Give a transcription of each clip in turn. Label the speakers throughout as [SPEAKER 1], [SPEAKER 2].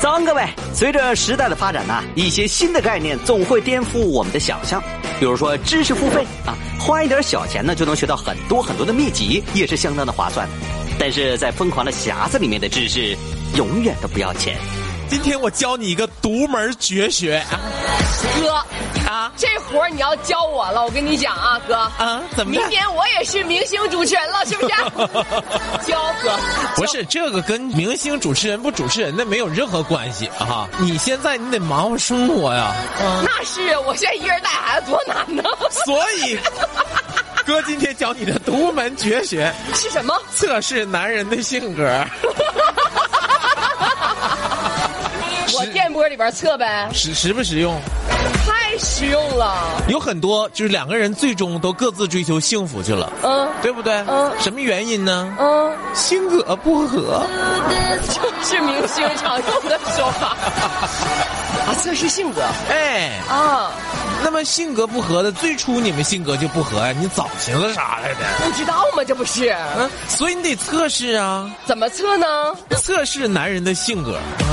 [SPEAKER 1] 早安，各位！随着时代的发展呢、一些新的概念总会颠覆我们的想象。比如说知识付费啊，花一点小钱呢就能学到很多很多的秘籍，也是相当的划算。但是在疯狂的匣子里面的知识，永远都不要钱。
[SPEAKER 2] 今天我教你一个独门绝学
[SPEAKER 3] 哥，
[SPEAKER 2] 啊
[SPEAKER 3] 这活儿你要教我了，我跟你讲啊，哥，
[SPEAKER 2] 啊！怎么
[SPEAKER 3] 明
[SPEAKER 2] 着？
[SPEAKER 3] 年我也是明星主持人了， 是不是？教哥，
[SPEAKER 2] 不是这个跟明星主持人不主持人的没有任何关系啊！你现在你得忙活生活呀，
[SPEAKER 3] 那是我现在一人带孩子多难呢。
[SPEAKER 2] 所以哥今天教你的独门绝学，
[SPEAKER 3] 是什么？
[SPEAKER 2] 测试男人的性格。
[SPEAKER 3] 我电波里边测呗，
[SPEAKER 2] 实实不实用？
[SPEAKER 3] 太实用了。
[SPEAKER 2] 有很多就是两个人最终都各自追求幸福去了，
[SPEAKER 3] 嗯
[SPEAKER 2] 对不对？
[SPEAKER 3] 嗯
[SPEAKER 2] 什么原因呢？
[SPEAKER 3] 嗯，
[SPEAKER 2] 性格不合。
[SPEAKER 3] 就是明星常用的说法啊，测试性格
[SPEAKER 2] 哎，
[SPEAKER 3] 啊，
[SPEAKER 2] 那么性格不合的，最初你们性格就不合呀，你早寻思啥来着？
[SPEAKER 3] 不知道吗？这不是
[SPEAKER 2] 嗯，所以你得测试啊，
[SPEAKER 3] 怎么测呢？
[SPEAKER 2] 测试男人的性格啊，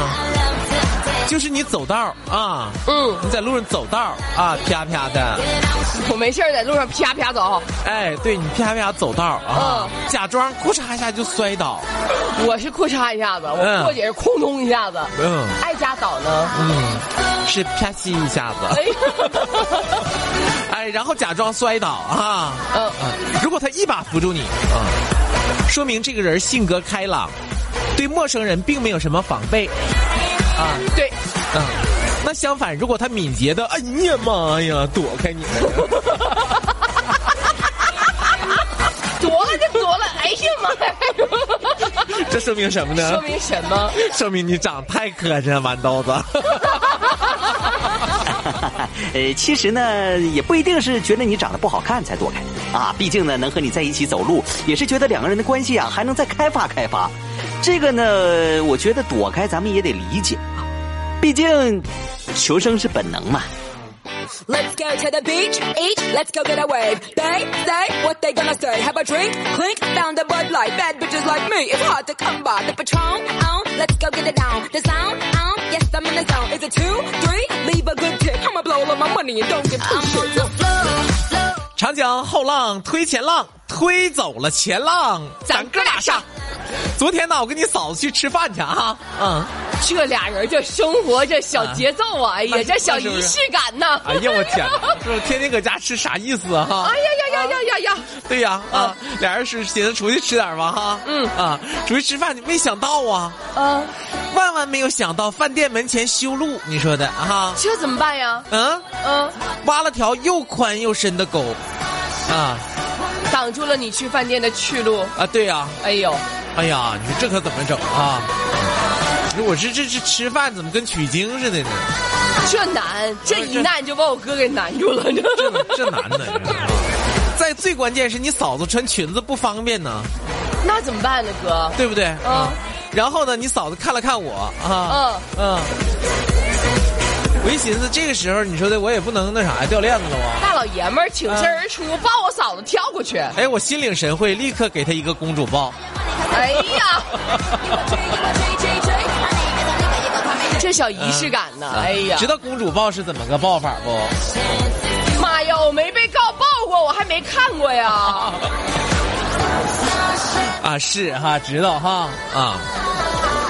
[SPEAKER 2] 就是你走道儿啊，
[SPEAKER 3] 嗯，
[SPEAKER 2] 你在路上走道儿啊，啪啪的，
[SPEAKER 3] 我没事儿在路上啪啪走，
[SPEAKER 2] 哎，对你啪啪走道儿啊，假装裤嚓一下就摔倒，
[SPEAKER 3] 我是裤嚓一下子，
[SPEAKER 2] 嗯
[SPEAKER 3] 我破姐是空通一下子，
[SPEAKER 2] 嗯
[SPEAKER 3] 爱家倒呢。
[SPEAKER 2] 嗯，是啪叽一下
[SPEAKER 3] 哎
[SPEAKER 2] 子，
[SPEAKER 3] 呀，
[SPEAKER 2] 哎，然后假装摔倒啊，
[SPEAKER 3] 嗯，
[SPEAKER 2] 如果他一把扶住你，啊，说明这个人性格开朗，对陌生人并没有什么防备，啊，
[SPEAKER 3] 对，
[SPEAKER 2] 嗯，那相反，如果他敏捷的，哎呀妈呀，躲开你，
[SPEAKER 3] 夺了就夺了，哎呀妈呀！
[SPEAKER 2] 这说明什么呢
[SPEAKER 3] 说？明什么？
[SPEAKER 2] 说明你长太磕碜了，豌豆子。
[SPEAKER 1] 呃，其实呢，也不一定是觉得你长得不好看才躲开啊。毕竟呢，能和你在一起走路，也是觉得两个人的关系啊，还能再开发开发。这个呢，我觉得躲开咱们也得理解啊，毕竟求生是本能嘛。
[SPEAKER 4] Let's go to the beach, eat, let's go get a wave. They say what they gonna say. Have a drink, clink, found a bud light. Bad bitches like me, it's hard to come by. The patron, on, let's go get it down. The sound, on, yes, I'm in the zone. Is it two, three? Leave a good tip. I'ma blow all of my money and don't give two shits.
[SPEAKER 2] 长江后浪推前浪，推走了前浪，咱哥俩上。昨天呢，我跟你嫂子去吃饭去啊，嗯，
[SPEAKER 3] 这俩人这生活这小节奏啊，哎呀，这小仪式感呐！
[SPEAKER 2] 哎呀，我天 哪，这天天搁家吃啥意思啊？哈
[SPEAKER 3] 哎呀呀呀呀呀呀！
[SPEAKER 2] 对呀，啊，俩人是寻思出去吃点吧，哈，嗯啊，出去吃饭，没想到啊，
[SPEAKER 3] 啊，
[SPEAKER 2] 万万没有想到饭店门前修路，你说的啊，
[SPEAKER 3] 这怎么办呀？
[SPEAKER 2] 嗯，
[SPEAKER 3] 嗯，
[SPEAKER 2] 挖了条又宽又深的沟，啊
[SPEAKER 3] 挡住了你去饭店的去路。
[SPEAKER 2] 啊，对呀、
[SPEAKER 3] 哎呦，
[SPEAKER 2] 哎呀，你说这可怎么整啊？我这这这吃饭怎么跟取经似的呢？
[SPEAKER 3] 这难，这一难就把我哥给难住了。
[SPEAKER 2] 这这难呢。这再最关键是你嫂子穿裙子不方便呢，
[SPEAKER 3] 那怎么办呢，哥？
[SPEAKER 2] 对不对？啊
[SPEAKER 3] 嗯
[SPEAKER 2] 然后呢，你嫂子看了看我
[SPEAKER 3] 呃
[SPEAKER 2] 啊，嗯我一寻思，这个时候你说的我也不能那啥呀，掉链子了我。
[SPEAKER 3] 大老爷们儿挺
[SPEAKER 2] 啊
[SPEAKER 3] 身而出，抱我嫂子跳过去。
[SPEAKER 2] 哎，我心领神会，立刻给她一个公主抱。
[SPEAKER 3] 哎 呀，这小仪式感呢？哎呀
[SPEAKER 2] 嗯知，道公主抱是怎么个抱法不？
[SPEAKER 3] 妈呀，我没被告抱过，我还没看过呀。
[SPEAKER 2] 啊，是哈，知道哈啊，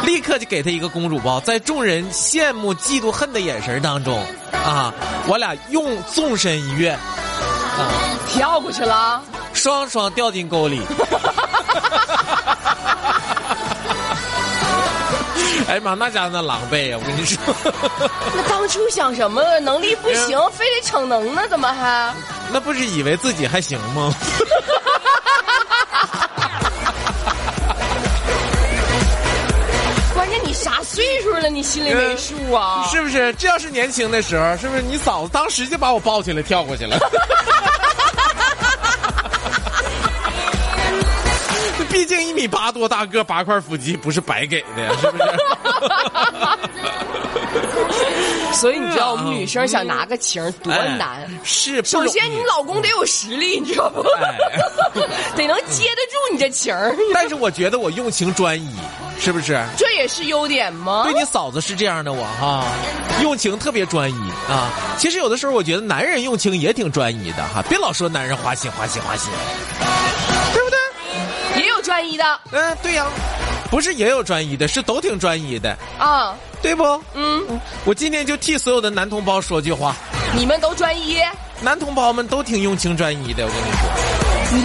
[SPEAKER 2] 立刻就给他一个公主抱，在众人羡慕、嫉妒、恨的眼神当中，啊，我俩用纵身一跃，
[SPEAKER 3] 跳过去了，
[SPEAKER 2] 双双掉进沟 里。哎呀妈，那家伙那狼狈呀！我跟你说，
[SPEAKER 3] 那当初想什么能力不行，
[SPEAKER 2] 嗯
[SPEAKER 3] 非得逞能呢？怎么还？
[SPEAKER 2] 那不是以为自己还行吗？
[SPEAKER 3] 关键你啥岁数了？你心里没数啊？
[SPEAKER 2] 嗯是不是？这要是年轻的时候，是不是你嫂子当时就把我抱起来跳过去了？ 毕竟一米八多大个，八块腹肌不是白给的，呀，是 不是？
[SPEAKER 3] 所以你知道我们女生想拿个情儿多
[SPEAKER 2] 啊哎
[SPEAKER 3] 难。
[SPEAKER 2] 是不容
[SPEAKER 3] 首
[SPEAKER 2] 易
[SPEAKER 3] 先，你老公得有实力，你知道不？
[SPEAKER 2] 哎
[SPEAKER 3] 得能接得住你这情儿。
[SPEAKER 2] 但是我觉得我用情专一，是不是？
[SPEAKER 3] 这也是优点吗？
[SPEAKER 2] 对你嫂子是这样的我哈、用情特别专一啊。其实有的时候我觉得男人用情也挺专一的哈、别老说男人花心花心花心，对不对？
[SPEAKER 3] 也有专一的
[SPEAKER 2] 嗯、对呀、不是也有专一的，是都挺专一的，
[SPEAKER 3] 啊，
[SPEAKER 2] 对不？
[SPEAKER 3] 嗯，
[SPEAKER 2] 我今天就替所有的男同胞说句话，
[SPEAKER 3] 你们都专一，
[SPEAKER 2] 男同胞们都挺用情专一的，我跟你说。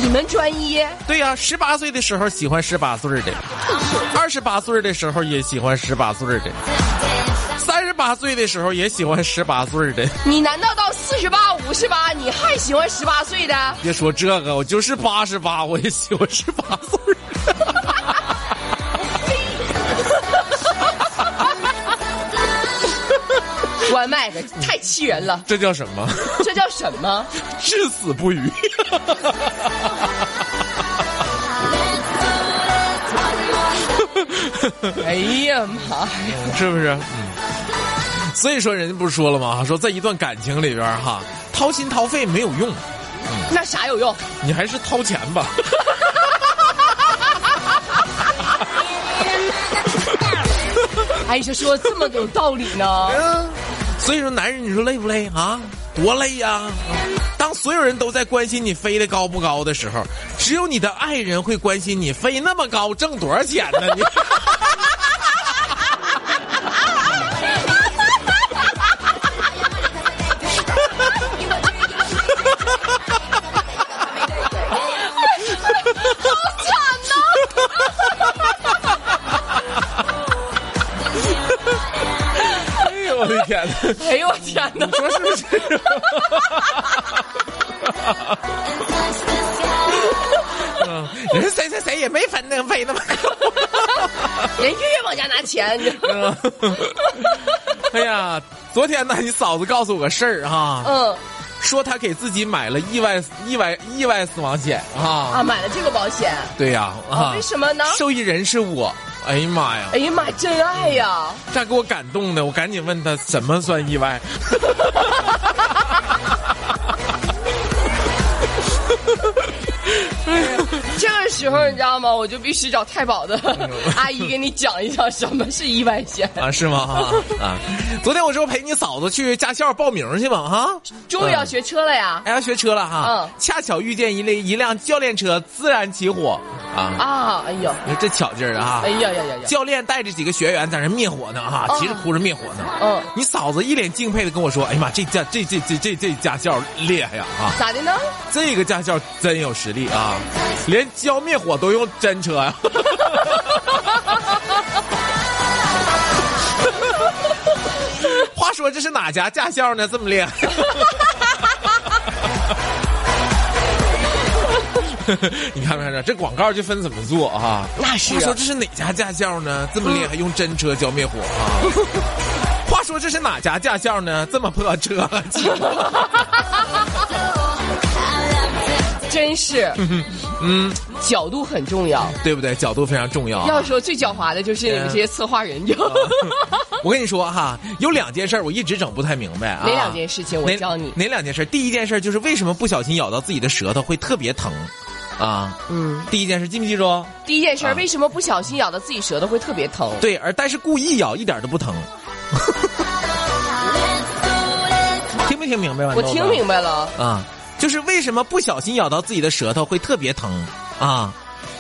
[SPEAKER 3] 你们专一，
[SPEAKER 2] 对呀、十八岁的时候喜欢十八岁的，二十八岁的时候也喜欢十八岁的，三十八岁的时候也喜欢十八岁的。
[SPEAKER 3] 你难道到四十八、五十八你还喜欢十八岁的？
[SPEAKER 2] 别说这个，我就是八十八，我也喜欢十八岁的。
[SPEAKER 3] 我麦的太气人了，
[SPEAKER 2] 这叫什么？
[SPEAKER 3] 这叫什么？
[SPEAKER 2] 至死不渝。
[SPEAKER 3] 哎呀妈 呀！
[SPEAKER 2] 是不是？嗯。所以说，人家不是说了吗？说在一段感情里边儿哈，掏心掏肺没有用，
[SPEAKER 3] 那啥有用？
[SPEAKER 2] 你还是掏钱吧。
[SPEAKER 3] 哎，这说这么有道理 呢？
[SPEAKER 2] 所以说，男人你说累不累啊？多累呀、当所有人都在关心你飞得高不高的时候，只有你的爱人会关心你飞那么高挣多少钱呢？你。 哎呦我的天哪！
[SPEAKER 3] 哎呦我天哪！
[SPEAKER 2] 说是不是？嗯，人家谁谁谁也没分那飞那么高。
[SPEAKER 3] 人月月往家拿钱，你知道吗
[SPEAKER 2] 哎呀，昨天呢，你嫂子告诉我个事儿哈、
[SPEAKER 3] 嗯
[SPEAKER 2] 说她给自己买了意外意外意外死亡险啊。
[SPEAKER 3] 啊，买了这个保险，
[SPEAKER 2] 对呀啊
[SPEAKER 3] 啊为什么呢
[SPEAKER 2] 受益人是我。哎呀妈呀！
[SPEAKER 3] 哎呀妈，真爱呀！
[SPEAKER 2] 这给我感动的，我赶紧问他什么算意外。
[SPEAKER 3] 这个时候你知道吗？我就必须找太保的
[SPEAKER 2] 哎
[SPEAKER 3] 阿姨给你讲一讲什么是意外险。
[SPEAKER 2] 啊，是吗？啊 啊！昨天我说陪你嫂子去驾校报名去嘛，哈、嗯
[SPEAKER 3] 终于要学车了呀！
[SPEAKER 2] 哎，要学车了哈。
[SPEAKER 3] 嗯
[SPEAKER 2] 恰巧遇见一类一辆教练车自燃起火啊！
[SPEAKER 3] 啊，哎呦，
[SPEAKER 2] 你说这巧劲儿啊！
[SPEAKER 3] 哎呀呀呀呀！
[SPEAKER 2] 教练带着几个学员在那灭火呢哈、
[SPEAKER 3] 嗯
[SPEAKER 2] 急着哭着灭火呢。
[SPEAKER 3] 嗯
[SPEAKER 2] 你嫂子一脸敬佩的跟我说：“哎呀妈，这驾这这这这这驾校厉害呀啊！
[SPEAKER 3] 咋的呢？
[SPEAKER 2] 这个驾校真有实力啊，连浇灭火都用真车啊呀、话说这是哪家驾校呢？这么厉害？你看没看着这广告就分怎么做啊？
[SPEAKER 3] 那是
[SPEAKER 2] 话说这是哪家驾校呢？这么厉害，用真车浇灭火啊？话说这是哪家驾校呢？这么破 车，
[SPEAKER 3] 真是，嗯，角度很重要。
[SPEAKER 2] 对不对？角度非常重要啊。
[SPEAKER 3] 要说最狡猾的就是
[SPEAKER 2] 嗯
[SPEAKER 3] 你们这些策划人，你
[SPEAKER 2] 啊
[SPEAKER 3] 知道吗？
[SPEAKER 2] 我跟你说哈，有两件事儿我一直整不太明白啊。
[SPEAKER 3] 哪两件事情我
[SPEAKER 2] 哪
[SPEAKER 3] 教你
[SPEAKER 2] 哪两件事儿？第一件事儿就是为什么不小心咬到自己的舌头会特别疼，啊，
[SPEAKER 3] 嗯，
[SPEAKER 2] 第一件事记没记住？
[SPEAKER 3] 第一件事儿，
[SPEAKER 2] 啊
[SPEAKER 3] 为什么不小心咬到自己舌头会特别疼？
[SPEAKER 2] 对，而但是故意咬一点都不疼。 听没听明白啊豌豆
[SPEAKER 3] 我
[SPEAKER 2] 子？
[SPEAKER 3] 听明白了，
[SPEAKER 2] 啊，就是为什么不小心咬到自己的舌头会特别疼啊，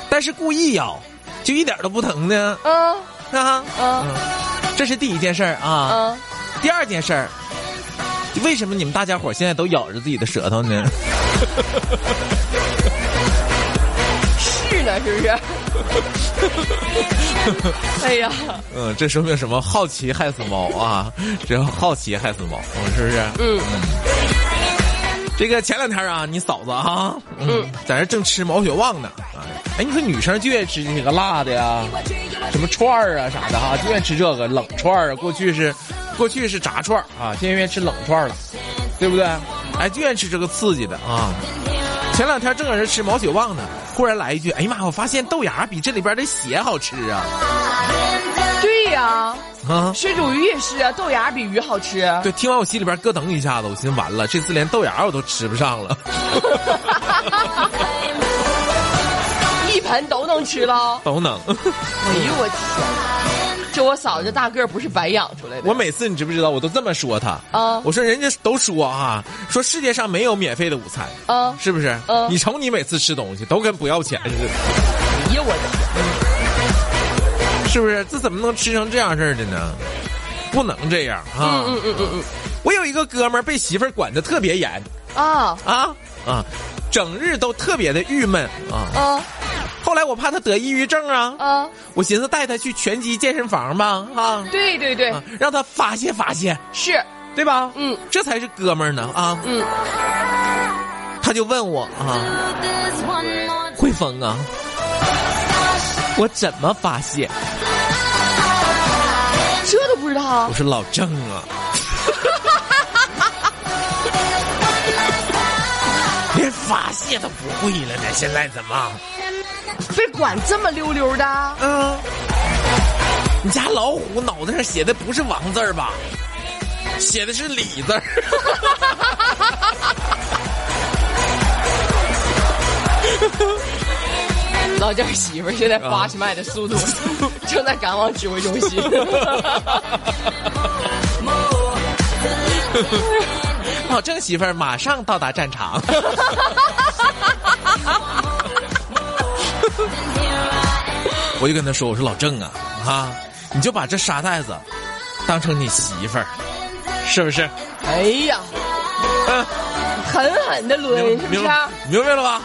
[SPEAKER 2] 但是故意咬就一点都不疼呢
[SPEAKER 3] 嗯
[SPEAKER 2] 啊，
[SPEAKER 3] 嗯
[SPEAKER 2] 这是第一件事儿啊。
[SPEAKER 3] 嗯，
[SPEAKER 2] 第二件事儿，为什么你们大家伙儿现在都咬着自己的舌头呢？
[SPEAKER 3] 是呢，是不 是？哎呀，
[SPEAKER 2] 嗯，这说明什么？好奇害死猫啊！这好奇害死猫，嗯是不是？
[SPEAKER 3] 嗯
[SPEAKER 2] 这个前两天啊，你嫂子啊，嗯，在这正吃毛血旺呢啊。哎，你说女生就愿意吃这个辣的呀，什么串儿啊啥的哈、就愿意吃这个冷串儿啊。过去是，过去是炸串儿啊，现在愿意吃冷串儿了，对不对？哎，就愿意吃这个刺激的啊。前两天正搁这吃毛血旺呢，忽然来一句：“哎呀妈呀，我发现豆芽比这里边的血好吃啊
[SPEAKER 3] 对呀、！”
[SPEAKER 2] 啊，
[SPEAKER 3] 水煮鱼也是啊，豆芽比鱼好吃。
[SPEAKER 2] 对，听完我心里边咯噔一下子，我寻思完了，这次连豆芽我都吃不上了。
[SPEAKER 3] 一盆都能吃了。
[SPEAKER 2] 都能。
[SPEAKER 3] 哎呦我天！嗯就我嫂子这大个儿不是白养出来的。
[SPEAKER 2] 我每次你知不知道，我都这么说他
[SPEAKER 3] 啊
[SPEAKER 2] 我说人家都说啊，说世界上没有免费的午餐
[SPEAKER 3] 啊
[SPEAKER 2] 是不是？
[SPEAKER 3] 啊
[SPEAKER 2] 你瞅你每次吃东西都跟不要钱似的，
[SPEAKER 3] 哎呀我的天！
[SPEAKER 2] 是不是？这怎么能吃成这样式儿的呢？不能这样啊！
[SPEAKER 3] 嗯嗯嗯嗯
[SPEAKER 2] 我有一个哥们儿被媳妇儿管的特别严
[SPEAKER 3] 嗯啊
[SPEAKER 2] 啊啊，整日都特别的郁闷啊。
[SPEAKER 3] 啊
[SPEAKER 2] 后来我怕他得抑郁症啊，
[SPEAKER 3] 啊！
[SPEAKER 2] 我寻思带他去拳击健身房吧啊
[SPEAKER 3] 对对对，
[SPEAKER 2] 啊，让他发泄发泄。
[SPEAKER 3] 是
[SPEAKER 2] 对吧？
[SPEAKER 3] 嗯，
[SPEAKER 2] 这才是哥们儿呢啊！
[SPEAKER 3] 嗯，
[SPEAKER 2] 他就问我啊，慧峰啊，我怎么发泄？
[SPEAKER 3] 这都不知道啊
[SPEAKER 2] 我。说老郑啊， 连发泄都不会了呢，现在怎么？
[SPEAKER 3] 被管这么溜溜的，
[SPEAKER 2] 嗯，你家老虎脑袋上写的不是王字儿吧？写的是李字儿。
[SPEAKER 3] 老家媳妇儿现在发起卖的速度，正在赶往指挥中心。
[SPEAKER 2] 老郑哦媳妇儿马上到达战场。 我就跟他说：“我说老郑啊，啊，你就把这沙袋子当成你媳妇儿，是不是？
[SPEAKER 3] 哎呀，
[SPEAKER 2] 嗯，
[SPEAKER 3] 狠狠的抡，是不
[SPEAKER 2] 明
[SPEAKER 3] 是
[SPEAKER 2] 白
[SPEAKER 3] 啊？
[SPEAKER 2] 明白了吧？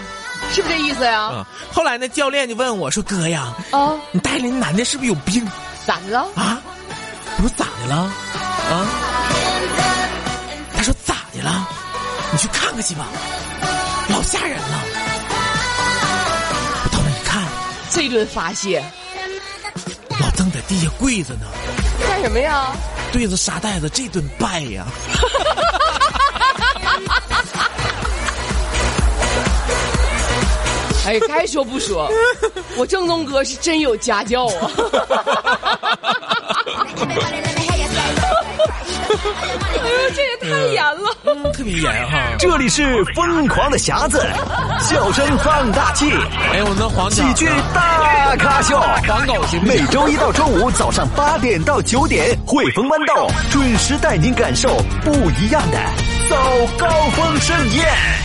[SPEAKER 3] 是不是这意思呀？
[SPEAKER 2] 啊、后来那教练就问我说：哥呀，
[SPEAKER 4] Oh.
[SPEAKER 3] 啊，
[SPEAKER 2] 你带领男的是不是有病
[SPEAKER 3] 咋的了？
[SPEAKER 2] 啊？我说咋的了？啊？他说咋的了？你去看看去吧，老吓人了。我到那一看，
[SPEAKER 3] 这一顿发泄
[SPEAKER 2] 老郑在地下跪着呢，
[SPEAKER 3] 干什么呀？
[SPEAKER 2] 对着沙袋子这顿拜呀。
[SPEAKER 3] 哎，该说不说，我正宗哥是真有家教啊！ 哎呦，这也太严了。
[SPEAKER 2] 嗯特别严哈！
[SPEAKER 1] 这里是疯狂的匣子，笑声放大器，
[SPEAKER 2] 哎呦，我那黄
[SPEAKER 1] 喜
[SPEAKER 2] 角呢
[SPEAKER 1] 剧大咖秀。
[SPEAKER 2] 黄狗行不
[SPEAKER 1] 每
[SPEAKER 2] 行？
[SPEAKER 1] 周一到周五早上八点到九点，汇丰豌豆准时带您感受不一样的早高峰盛宴。